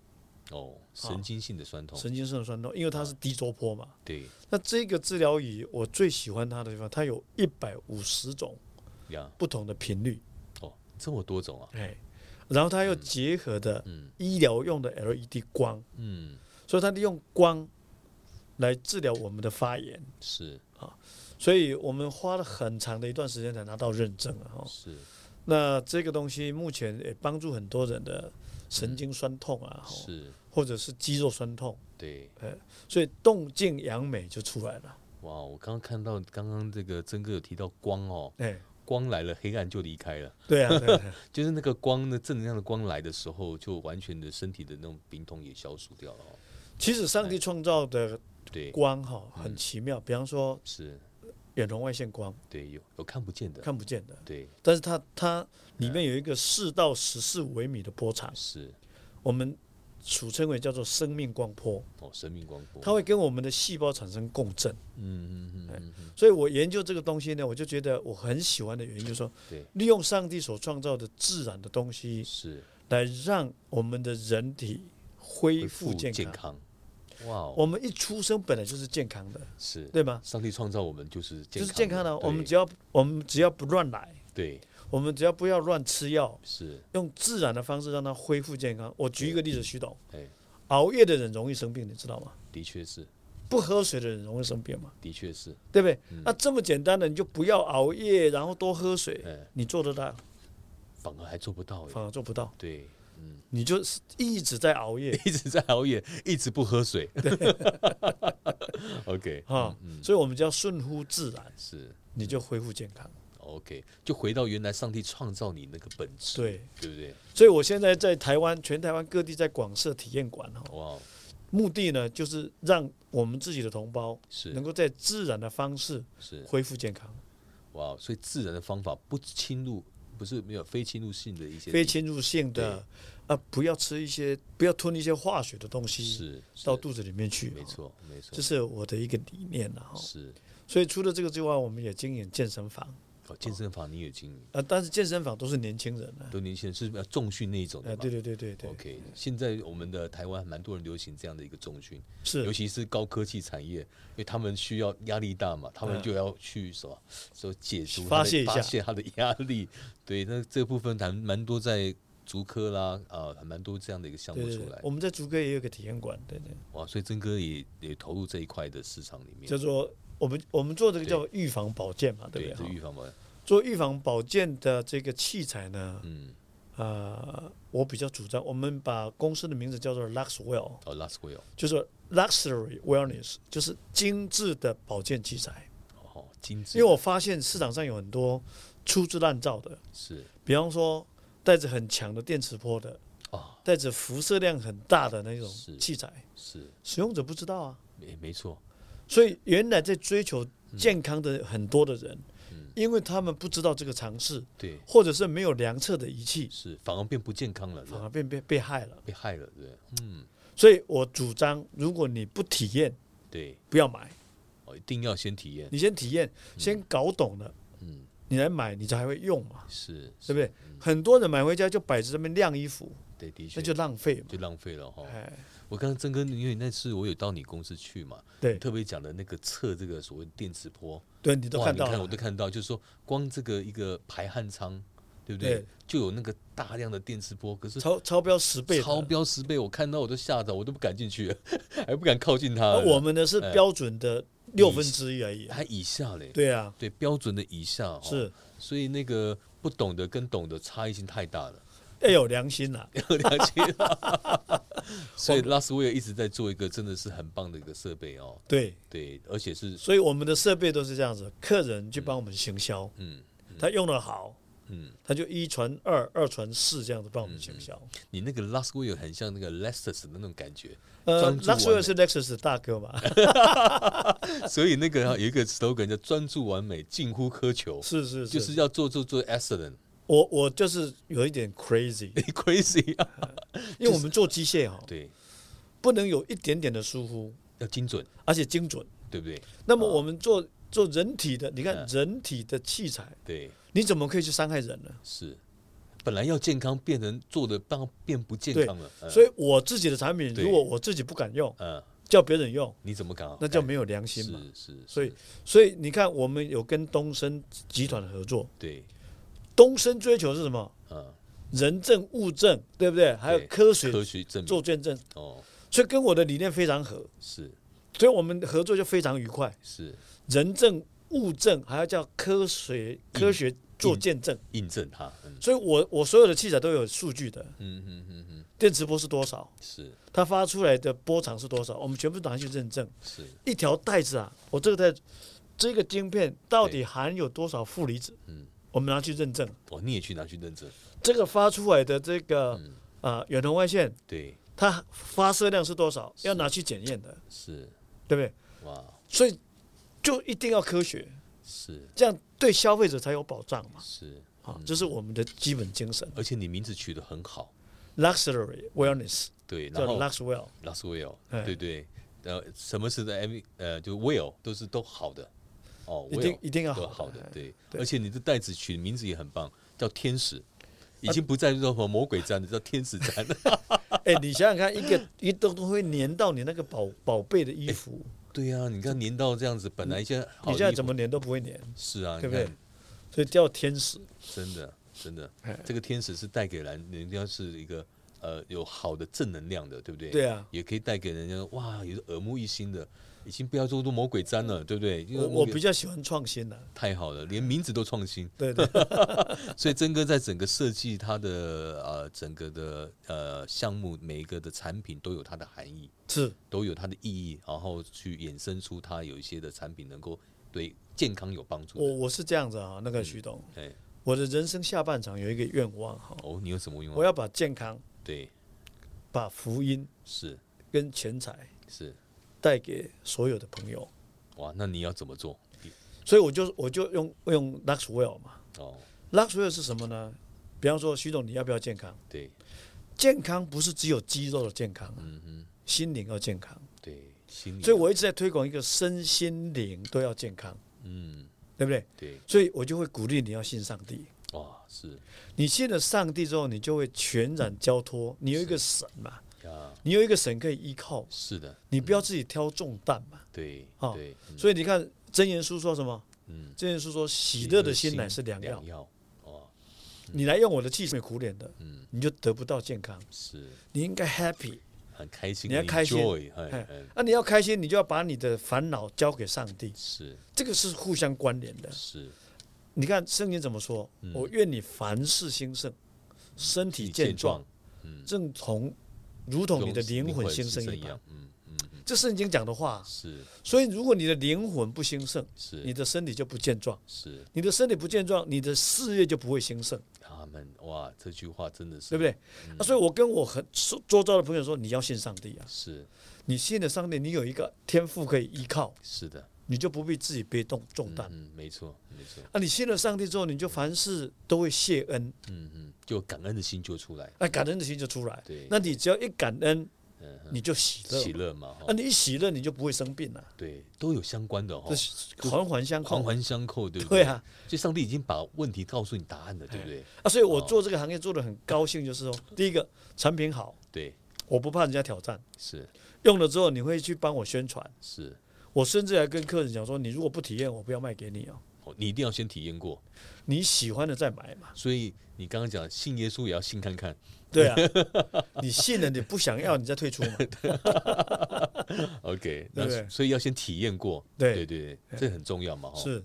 哦，神经性的酸痛，啊
神经性的酸痛，因为它是低周波嘛。
对
那这个治疗仪我最喜欢它的地方，它有一百五十种
呀，
不同的频率，
哦，这么多种啊，
哎，然后它又结合的
嗯
医疗用的 LED 光，
嗯，
所以它利用光来治疗我们的发炎，
是
所以我们花了很长的一段时间才拿到认证啊。哦
是
那这个东西目前也帮助很多人的神经酸痛啊，哦
是，
或者是肌肉酸痛。
对，
所以动静扬美就出来了。
哇，我刚刚看到刚刚这个曾哥有提到光哦，
哎、
光来了，黑暗就离开了，
对啊，对啊
[LAUGHS]
对啊
就是那个光呢，正能量的光来的时候，就完全的身体的那种病痛也消除掉了哦，
其实上帝创造的
对，
光哈
嗯
很奇妙，比方说
是，
远红外线光
对，哎有有看不见的，
看不见的，
对，
但啊是它它里面有一个四到十四微米的波长，
是
我们俗称为叫做生命光波，
哦，生命光波，
它会跟我们的细胞产生共振。
嗯嗯嗯嗯嗯，
所以我研究这个东西呢，我就觉得我很喜欢的原因就是说，
对，
利用上帝所创造的自然的东西，
是
来让我们的人体恢
恢
复
复
健康。
健康，哇哦，
我们一出生本来就是健康的，
是
对吗？
上帝创造我们就是健
就
康，
是健康的，我们只
就
要我们只要不乱来，
对
我们只要不要乱吃药，
是，
用自然的方式让它恢复健康。我举一个例子，徐董，
哎，
熬夜的人容易生病，你知道吗？
的确是，
不喝水的人容易生病嘛，
的确是，
对不对？
嗯
那这么简单的，你就不要熬夜，然后多喝水，
哎，
你做得到，
反而还做不到哎，
反而做不到，
对， [LAUGHS]
你就是一直在熬夜
一直在熬夜，一直不喝
[LAUGHS]
水 [LAUGHS] ，OK，
哈，
嗯
所以我们就要顺乎自然，
是
你就恢复健康。
嗯 OK，就回到原来上帝创造你那个本质，
对，
对不对？
所以我现在在台湾，全台湾各地在广设体验馆哈，
哇哦，
目的呢就是让我们自己的同胞能
是
够在自然的方式
是，
恢复健康，
哇，哦所以自然的方法不侵入，不是没有非侵入性的一些
非侵入性的，啊，不要吃一些，不要吞一些化学的东西
是是
到肚子里面去，
没，错没错
这是我的一个理念了哈。
是
所以除了这个之外，我们也经营健身房，
哦，健身房你也经营，
呃，但是健身房都是年轻人啊，
都年轻人是要重训那一种的
呃，
嘛
对对对对对，
？OK，现在我们的台湾蛮多人流行这样的一个重训，尤
是
其是高科技产业，因为他们需要压力大嘛，他们
嗯
就要去什么，说解除
发
他的
泄一下
发泄他的压力。对，那这部分还蛮多在足科啦，啊，还蛮多这样的一个项
对
目
对
出
对
来，
我。们在竹哥也有个体验馆，对对，
哇，所以曾哥也也投入这一块的市场里面
叫，做我们我们做这个叫预防保健嘛，对
对，
不
这
对？哈
预防嘛，
做预防保健的这个器材呢，
嗯，
呃，我比较主张，我们把公司的名字叫做 Luxwell，
哦，last will，
就是 Luxury Wellness，就是精致的保健器材。
哦，精致，
因为我发现市场上有很多粗制滥造的，
是
比方说带着很强的电磁波的，
啊，
带着辐射量很大的那种
是
器材，
是
使用者不知道啊。
没没错，
所以原来在追求
嗯
健康的很多的人，因为他们不知道这个常识，
对，
或者是没有量测的仪器，
是反而变不健康了，
反而变被被害了。
被害了，对，嗯，
所以我主张，如果你不体验，
对，
不要买，
哦，一定要先体验，
你先体验，先搞懂了，
嗯，
你来买，你才会用嘛，
是，
对
是
不对？很多人买回家就摆着这边晾衣服，
对，的确
那就浪费嘛
就。浪费了哈。
哎，
我刚刚曾哥，因为那次我有到你公司去嘛，
对
特别讲的那个测这个所谓电磁波，
对，你都
哇
看到
你看我
了
都，看到，就是说光这个一个排汗舱，对不对？
对
就有那个大量的电磁波，可是
超超标十倍的。
超标十倍，我看到我都吓到，我都不敢进去了， [LAUGHS] 还不敢靠近它了。
而哦我们的
哎
是标准的六分之一而已。
还以下嘞，
对啊，
对标准的以下哦
是
所以那个不懂的跟懂的差异性太大了， [LAUGHS]
要有良心啊呐。
有
[LAUGHS]
良心。所以拉斯维尔一直在做一个真的是很棒的一个设备哦，
对，
对，而且是
所以我们的设备都是这样子，客人去帮我们行销，
嗯
他用的好，
嗯，
他就一传二，二传四这样子帮我们行销。
你那个 Last Will 很像那个 Lexus 的那种感
[LAUGHS]
觉，
呃
专注完美
，Luxury 是 Lexus 的大
[LAUGHS]
哥嘛？
所以那个啊有一个 slogan 叫专注完美，近乎苛求，
是是，
就是是要做做做 [LAUGHS] excellent
我我就是有一点
[LAUGHS]
crazy，
crazy 啊，
因为我们做机械哈，
对，
不能有一点点的疏忽，
要精准，
而且精准。
对不对？
那么我们做做人体的，你看
嗯
人体的器材，
对，
你怎么可以去伤害人呢？
是，本来要健康，变成做的让它变不健康了，嗯
所以我自己的产品，
对
如果我自己不敢用，
嗯，
叫别人用，
你怎么搞？
那叫没有良心嘛。
是哎是，
所以
是，
所以你看，我们有跟东升集团合作，
对，
东升追求是什么？
嗯，
人证物证，对不对？还有
对
科学
科学证明
做见证，
哦，
所以跟我的理念非常合，
是
所以我们合作就非常愉快。
是
人证物证，还要叫科学科学
嗯
做见证。
印证它，嗯
所以我我所有的器材都有数据的，
嗯嗯嗯嗯，
电磁波是多少，
是
它发出来的波长是多少，我们全部拿去认证。
是
一条带子啊，我这个带子这个晶片到底含有多少负离子，
嗯
我们拿去认证。
哦，你也去拿去认证，
这个发出来的这个
嗯
呃远红外线，
对，
它发射量是多少，要拿去检验的，
是
对不对？
哇，
所以就一定要科学，
是
这样对消费者才有保障嘛。
是，
啊，这是我们的基本精神
而且你名字取得很好，
，luxury wellness
对，然
叫
后
Luxwell。
Laswell，
哎
对对，呃，什么是的 M 呃，就 Will 都是都好的，哦，
一定
Will
一定要
都
好
好
的
的，
哎
对，
对
而且你的袋子取的名字也很棒，叫天使，
啊
已经不再是什么魔鬼战的，叫天使战
哎、你想想看，一个一都都会粘到你那个宝宝贝的衣服，
[LAUGHS] 对呀、你看粘到这样子，本来一些哎好
你现在
衣
怎
服
么粘都不会粘，
是啊？
对
你
不对
看，
所以叫天使。
真的真的
哎，
这个天使是带给人人家是一个呃有好的正能量的，对不对？
对啊，
也可以带给人家哇，也是耳目一新的，已经不要做做魔鬼毡了，对不对？因为
嗯我
魔
我
鬼
比较喜欢创新的、
太好了，连名字都创
[LAUGHS]
新。
对对
[LAUGHS] 所以曾哥在整个设计他的呃整个的呃项目，每一个的产品都有它的含义，
是，
都有它的意义，然后去衍生出它有一些的产品能够对健康有帮助
我
的。
我是这样子啊，那个徐董，
哎，
我的人生下半场有一个愿望哈，
哦，你有什么用
我
啊？
要把健康、
对，
把福音
是
跟钱财
是，
带给所有的朋友，
哇，那你要怎么做？
所以我就我就用用 Luxwell 嘛
哦，
，Luxwell 是什么呢？比方说，徐董，你要不要健康？
对，
健康不是只有肌肉的健康，啊
嗯哼，嗯
心灵要健康。
对，心理，
所以我一直在推广一个身心灵都要健康，
嗯，
对不对？
对，
所以我就会鼓励你要信上帝。
哇，是
你信了上帝之后，你就会全然交托。你有一个神嘛，
呀，
你有一个神可以依靠，
是的，
你不要自己挑重担嘛。
对，
哦
对，嗯
所以你看箴言书说什么？
嗯，
箴言书说喜乐的心乃是良
良
药。
药，哦，
你来用我的气是苦脸的，
嗯，
你就得不到健康。
是。
你应该 happy，
很开心，
你要开心
enjoy，哎
哎
哎，，
那、你要开心，你就要把你的烦恼交给上帝，
是
这个是互相关联的。
是，
你看圣经怎么说？我愿你凡事兴盛，嗯身体健壮，，正同如同你的灵魂兴盛一
一
般
样。，嗯嗯，嗯
这圣经讲的话，
是
所以如果你的灵魂不兴盛，你
是
的身体就不健壮，
是，
你的身体不健壮，你的事业就不会兴盛，
他们哇，这句话真的是嗯
对不对？啊所以我跟我很周周遭的朋友说，你要信上帝啊，
是
你信了上帝，你有一个天赋可以依靠，
是的，
你就不必自己背重重担。
嗯，没错没错，
啊，你信了上帝之后，你就凡事都会谢恩，
嗯嗯，就感恩的心就出来，
那感恩的心就出来。
对
那你只要一感恩，
嗯，
你就喜乐
喜。乐嘛，
啊，
哈，
你一喜乐，你就不会生病了、啊
对，都有相关的哈
这，是环环相扣。
哦环环相扣，对不
对啊，
所以上帝已经把问题告诉你答案了，对不对？
啊，所以
哦
我做这个行业做的很高兴，就是说，第一个产品好，
对，
我不怕人家挑战，
是
用了之后你会去帮我宣传，
是，
我甚至还跟客人讲说，你如果不体验，我不要卖给你哦，
哦，你一定要先体验过，
你喜欢的再买嘛。
所以你刚刚讲信耶稣也要信看看。[LAUGHS]
对啊，你信了你不想要，你再退出嘛。
OK，
对
那
不对
所以要先体验过，
对
对对对，这很重要嘛，哈。
是，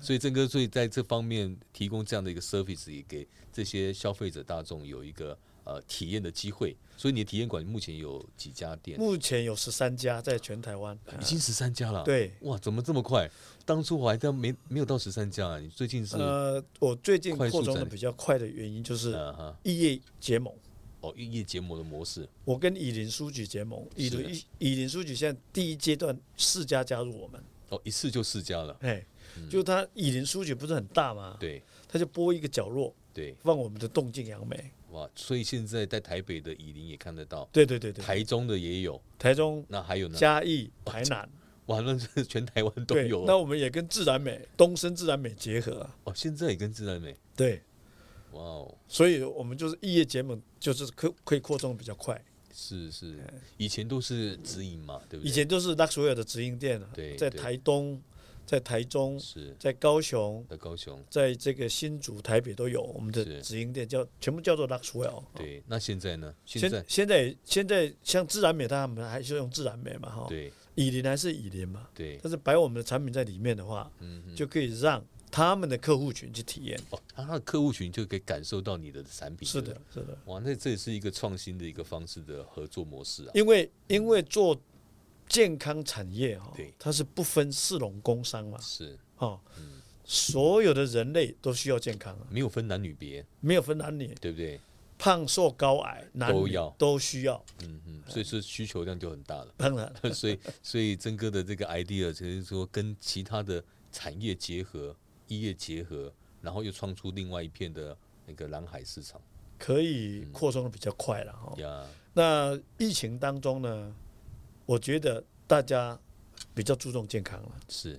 所以郑哥，所以在这方面提供这样的一个 service，也给这些消费者大众有一个呃体验的机会。所以你的体验馆目前有几家店？
目前有十三家在全台湾，
已经十三家了。，
对。
哇，怎么这么快？当初我还到没没有到十三家啊，你最近是啊
呃，我最近
快速嗯
扩充的
展
比较快的原因就是
啊哈，
异业结盟，
哦，异业结盟的模式
我跟以林书局结盟，以
是
林以林书局现在第一阶段四家加入我们，
哦，一次就四家了。
哎，就他以林书局不是很大嘛，
嗯对
他就拨一个角落
对，
放我们的动静杨梅，
哇，所以现在在台北的以林也看得到，
对对对对，
台中的也有，
台中、
那还有呢？
嘉义、台南，
哇，那是 [LAUGHS] 全台湾都
对
有，。
那我们也跟自然美、东升自然美结合，啊
哦，现在也跟自然美，
对，
哇哦，
所以我们就是异业结盟，就是可可以扩充得比较快，
是是，以前都是直营嘛，对不对？
以前都是拉所有的直营店啊
对，
在
对
台东、在台中、
是
在高雄。
在高雄，
在这个新竹、台北都有我们的
是
直营店，叫全部叫做 Luxwell。
对，那现在呢？现
现
在
现在现在像自然美，他们还是用自然美嘛哈。
对
以林还是以林嘛，
对，
但是摆我们的产品在里面的话，
嗯，
就可以让他们的客户群去体验。
哦，他的客户群就可以感受到你的产品，
是
对
的
不，
是的，
对，哇，那这也是一个创新的一个方式的合作模式啊，
因为因为做健康产业哈
对，
它是不分市农工商嘛，
是
哈，
嗯
所有的人类都需要健康啊，
没有分男女别，
没有分男女，
对不对？
胖瘦高矮，男
都
女
要
都需要，
嗯嗯，所以说需求量就很大了。 [LAUGHS]
当然。
所以，所以曾哥的这个 idea 就是说跟其他的产业结合、医业结合，然后又创出另外一片的那个蓝海市场。
可以扩充的比较快了哈。
呀，
那疫情当中呢，我觉得大家比较注重健康了。
是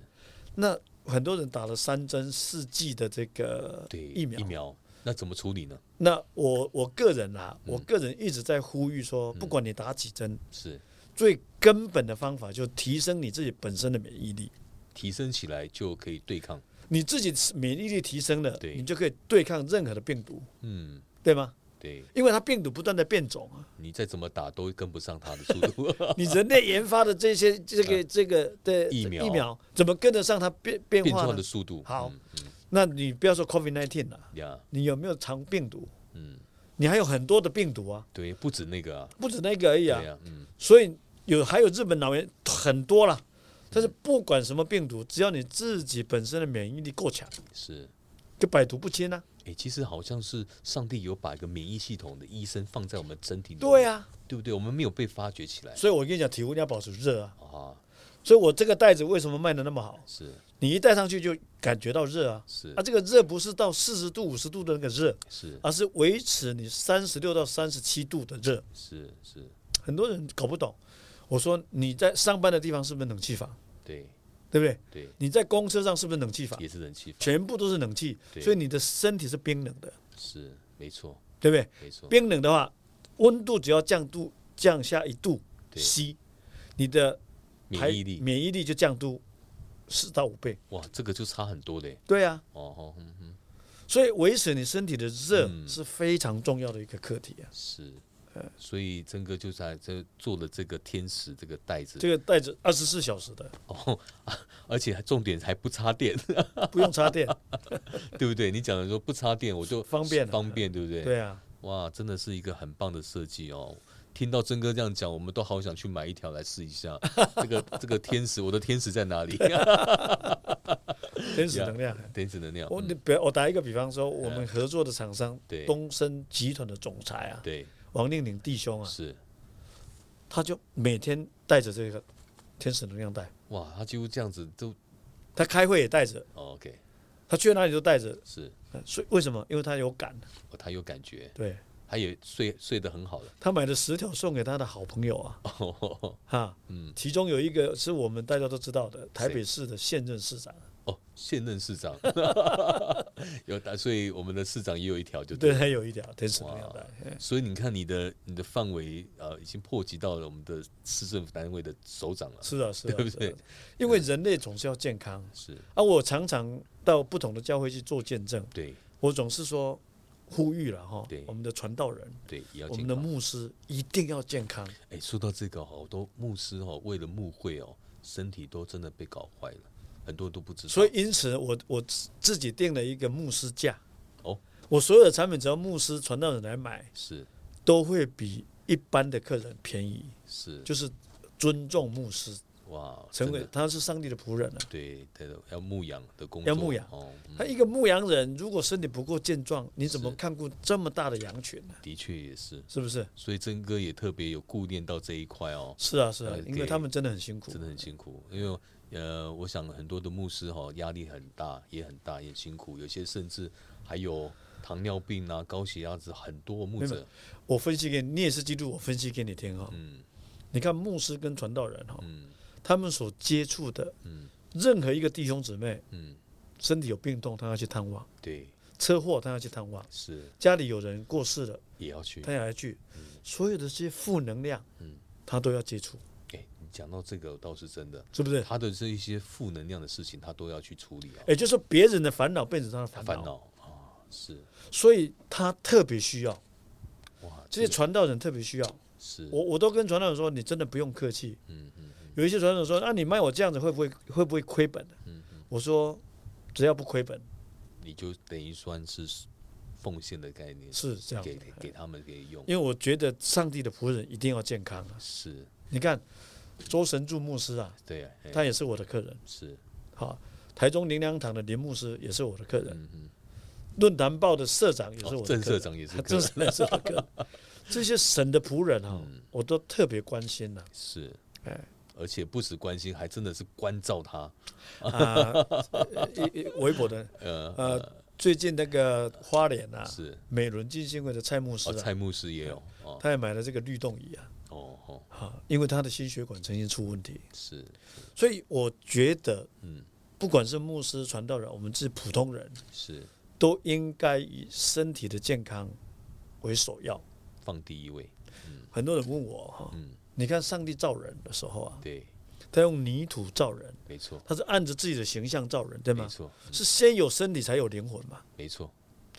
那很多人打了三针四剂的这个
对
呃疫苗，
疫苗，那怎么处理呢？
那我我个人啊，
嗯
我个人一直在呼吁说，不管你打几针，
是
最根本的方法就是提升你自己本身的免疫力。
提升起来就可以对抗。
你自己免疫力提升了，
对
你就可以对抗任何的病毒，
嗯，
对吗？
对，
因为它病毒不断的变种啊，
你再怎么打都跟不上他的速
[LAUGHS]
度。
你人类研发的这
[LAUGHS]
些这个这个的
啊疫苗
疫苗怎么跟得上它变变
变
化
化
呢
的？速度。
好
嗯，
那你不要说 COVID 1 9了，
呀，
你有没有肠病毒？
嗯，
你还有很多的病毒啊，
对，不止那个啊，
不止那个而已
对
啊。
呀，嗯，
所以有还有日本脑炎很多了，但是不管什么病毒，只要你自己本身的免疫力够强，
是。
就百毒不侵啊。
哎、其实好像是上帝有把一个免疫系统的医生放在我们身体里，
对、啊，
对不对？我们没有被发掘起来
所以我跟你讲，体温要保持热啊。
啊，
所以我这个袋子为什么卖的那么好？
是
你一戴上去就感觉到热啊。
是
啊，这个热不是到四十度、五十度的那个热，
是
而是维持你三十六到三十七度的热。
是是，
很多人搞不懂。我说你在上班的地方是不是冷气房？
对
对不对？
对，
你在公车上是不是冷气房？
也是人气法，
全部都是冷气，
对
所以你的身体是冰冷的，
是没错
对不对？
没错，
冰冷的话，温度只要降度降下一度
对
C，你的排
免疫力
免疫力就降度四到五倍。
哇，这个就差很多嘞，
对啊，
哦哦，嗯嗯，
所以维持你身体的热
嗯
是非常重要的一个课题啊。
是，所以曾哥就在这做了这个天使这个袋子
这个带着二十四小时的，
哦，而且还重点还不插电， [LAUGHS]
不用插电。
对不对？你讲的说不插电，我就
方便啊
方便， [LAUGHS] 对不对？
对啊，
哇，真的是一个很棒的设计哦！听到曾哥这样讲，我们都好想去买一条来试一
[LAUGHS]
下。这个这个天使，我的天使在哪里？
天使能量。
[LAUGHS] 天使能量，
我
嗯
你比我打一个比方说，我们合作的厂商
对
东升集团的总裁啊，
对，
王令领弟兄啊，
是
他就每天带着这个天使能量带，
哇，他几乎这样子都
他开会也带着，
哦 OK，
他去哪里都带着，
是
呃所以为什么？因为他有感，
哦，他有感觉，
对
他也睡睡得很好了。
他买了十条送给他的好朋友啊，
[LAUGHS] 哦
哈，
嗯
其中有一个是我们大家都知道的台北市的现任市长，
哦，现任市
[LAUGHS]
长有打，所以我们的市长也有一条就
对
对。
他有一条天使能量带，
所以你看，你的你的范围呃，已经波及到了我们的市政府单位的首长了，
是啊是啊
对不
是
对
啊，因为人类总是要健康
是
啊，我常常到不同的教会去做见证，
对
我总是说呼吁了哈
对，
我们的传道人，
对，也要
我
健
们的
康。
牧师一定要健康，
哎，说到这个，好多牧师哦，为了牧会哦，身体都真的被搞坏了，很多人都不知道。
所以因此我我自己定了一个牧师价，
哦，
我所有的产品只要牧师传道人来买，
是
都会比一般的客人便宜，
是，
就是尊重牧师，
哇，
成
真
为
的
他是上帝的仆人啊。
对对，要牧养的工作，
要牧养
哦，嗯
他一个牧羊人，如果身体不够健壮，你怎么看顾这么大的羊群呢？
的确也是。
是不是？
所以曾哥也特别有顾念到这一块哦，
是啊，是啊
呃，
因为
给
他们真的很辛苦
真。的很辛苦，因为。呃，我想很多的牧师哈、哦、压力很大，也很大，也很辛苦，有些甚至还有糖尿病啊、高血压子，很多牧
没有
者，
我分析给你，你也是基督，我分析给你听哈、
嗯
你看牧师跟传道人哈、
嗯
他们所接触的
嗯
任何一个弟兄姊妹，
嗯，
身体有病痛，他要去探望；
对，
车祸，他要去探望；
是
家里有人过世了，
也要去
他。也要去。所有的这些负能量
嗯，
他都要接触，
哎、你讲到这个倒是真的，
是不是？
他的这一些负能量的事情，他都要去处理啊，
也就是说，别人的烦恼变成他的
他烦
烦恼，
恼啊，是
所以他特别需要
哇，
这些
个
传道人特别需要。
是
我我都跟传道人说，你真的不用客气。
嗯嗯
有一些传道人说，啊，你卖我这样子会不会会不会亏本？啊
嗯嗯，
我说，只要不亏本，
你就等于算是奉献的概念，
是这样子哎
给给他们给用，
因为我觉得上帝的仆人一定要健康啊。
是
你看，周神柱牧师啊，
对啊，哎
他也是我的客人。
是
好，台中灵粮堂的林牧师也是我的客人，
嗯嗯，
论坛报的社长也是
哦
我的
郑
客
社
人，
长也是
啊
客
[LAUGHS] 郑
人
社长也是我的客人。这些神的仆人啊，
嗯
我都特别关心啊呐、
是，
哎
而且不止关心，还真的是关照他， [LAUGHS]
啊，呃一一微博的
呃
呃，最近那个花莲啊，
是
美伦基金会的蔡牧师
哦，
啊，
蔡牧师也有哦
他也买了这个律动仪啊，
哦哦，
啊，因为他的心血管曾经出问题，
是
所以我觉得，
嗯，
不管是牧师、传道人，我们是普通人，
是
都应该以身体的健康为首要。
放第一位，
很多人问我哈，
嗯
你看上帝造人的时候啊，
对，
他用泥土造人，
没错
他是按着自己的形象造人，对
没
吗？
错
是先有身体才有灵魂嘛？
没错，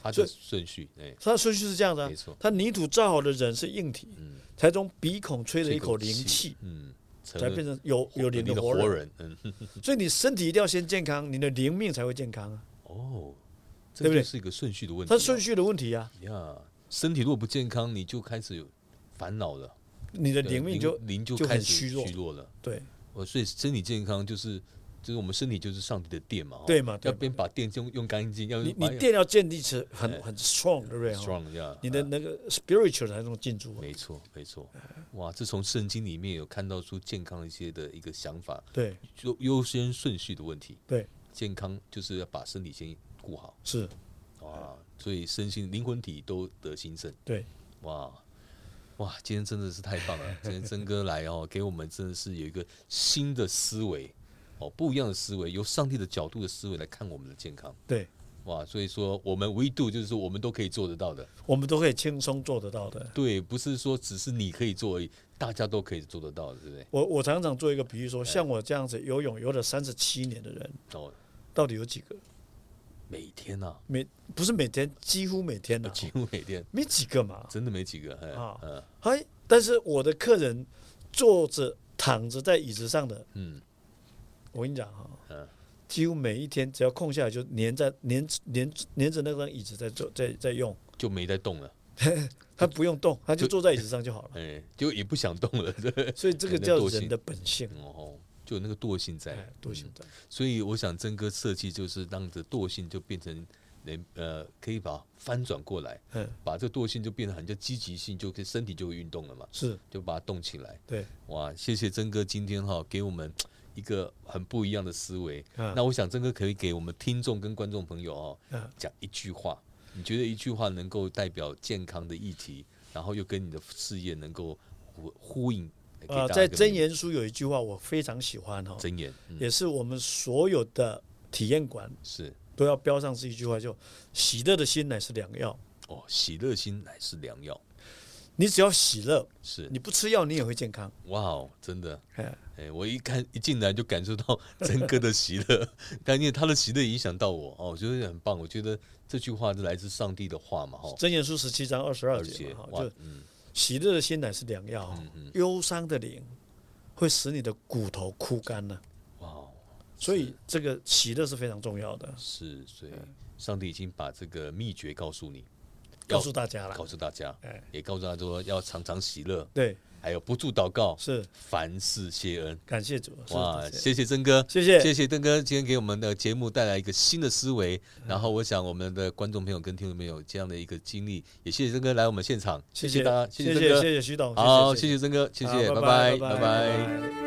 他
所
的
以
顺序哎，
他的顺序是这样的、啊
没错，
他泥土造好的人是硬体，
嗯，
才从鼻孔吹了
这
一口灵气，，
嗯，成
才
了
变成有有灵
你
的
的
活
活
人。
人，嗯
所以你身体一定要先健康，啊你的灵命才会健康啊。
哦，这
对不
就
对
是一个顺序的问题哦，
它顺序的问题啊，
呀，身体如果不健康，你就开始有烦恼了，
你的
对
灵命就
灵就
就很
开始
虚弱
了。
对
呃，所以身体健康就是就是我们身体就是上帝的殿嘛，哦
对嘛对
要
嘛
边把电用用干净，要
你
把
你电要建立起很
哎
很 strong，对不对？哈
strong 呀，
你的
啊
那个 spiritual 才能进驻啊。
没错没错，哇，这从圣经里面有看到出健康一些的一个想法，
对
就优先顺序的问题，
对，
健康就是要把身体先顾好，
是，
哇，所以身心灵魂体都得兴盛。
对，
哇哇，今天真的是太棒了！今天曾哥来哦，给我们真的是有一个新的思维哦，不一样的思维，由上帝的角度的思维来看我们的健康。
对，
哇，所以说我们唯独就是说我们都可以做得到的，
我们都可以轻松做得到的。
对，不是说只是你可以做而已，大家都可以做得到的，对不对？
我我常常做一个比喻
哎
说，像我这样子游泳游了三十七年的人，
哦，
到底有几个？
每天呐、
每不是每天，几乎每天的、
啊，几乎每天，
没几个嘛。
真的没几个，哎，
啊
嗯
哎，但是我的客人坐着躺着在椅子上的，
嗯
我跟你讲哈、
嗯
几乎每一天只要空下来就粘在粘粘粘着那张椅子在坐在在用，
就没在动了，
他不用动，他就
就
坐在椅子上就好了。
哎，就也不想动了，对，
所以这个
人的
叫
惰
人
性
的本性，
哦，就有那个惰性在
哎，，多性的。
所以我想，真哥设计就是让这惰性就变成能呃，可以把它翻转过来，
嗯，
把这个惰性就变得很叫积极性，就可以身体就会运动了嘛，
是
就把它动起来。
对，
哇，谢谢真哥今天哈、给我们一个很不一样的思维。
嗯
那我想真哥可以给我们听众跟观众朋友哦
嗯，
讲一句话，你觉得一句话能够代表健康的议题，然后又跟你的事业能够呼呼应？呃给大
啊，
家
在
一个
真
明
言书有一句话我非常喜欢哈、
真言，嗯，
也是我们所有的体验馆
是
都要标上是一句话，就喜乐的心乃是良药。
哦，喜乐心乃是良药，
你只要喜乐，
是
你不吃药，你也会健康。
哇哦，真的，
哎，
哎、我一看一进来就感受到真哥的喜乐，但因为他的喜乐影响到我哦，我觉得很棒。我觉得这句话是来自上帝的话嘛，哦哈、
真言书十七章二十二
而
节
且
嘛，哈，
哇
就，
嗯，
喜乐的心乃是良药，忧伤的灵会使你的骨头枯干呢、
哇哦，
所以这个喜乐是非常重要的，
是，所以上帝已经把这个秘诀告诉你，要
告诉大家
告
了。
诉大家，
哎，
也告诉大家说要常常喜乐，
对，
还有不住祷告，
是
凡事谢恩。
感谢主，是
哇，
是
谢谢曾哥，
谢谢
谢谢邓哥，今天给我们的节目带来一个新的思维。
嗯
然后我想我们的观众朋友跟听众朋友有这样的一个经历，也谢谢曾哥来我们现场，
谢
谢大家，
谢
谢曾
谢
哥，
谢徐董，
好，
谢
谢谢曾哥，谢谢，
好
拜
拜
拜，拜拜。
拜。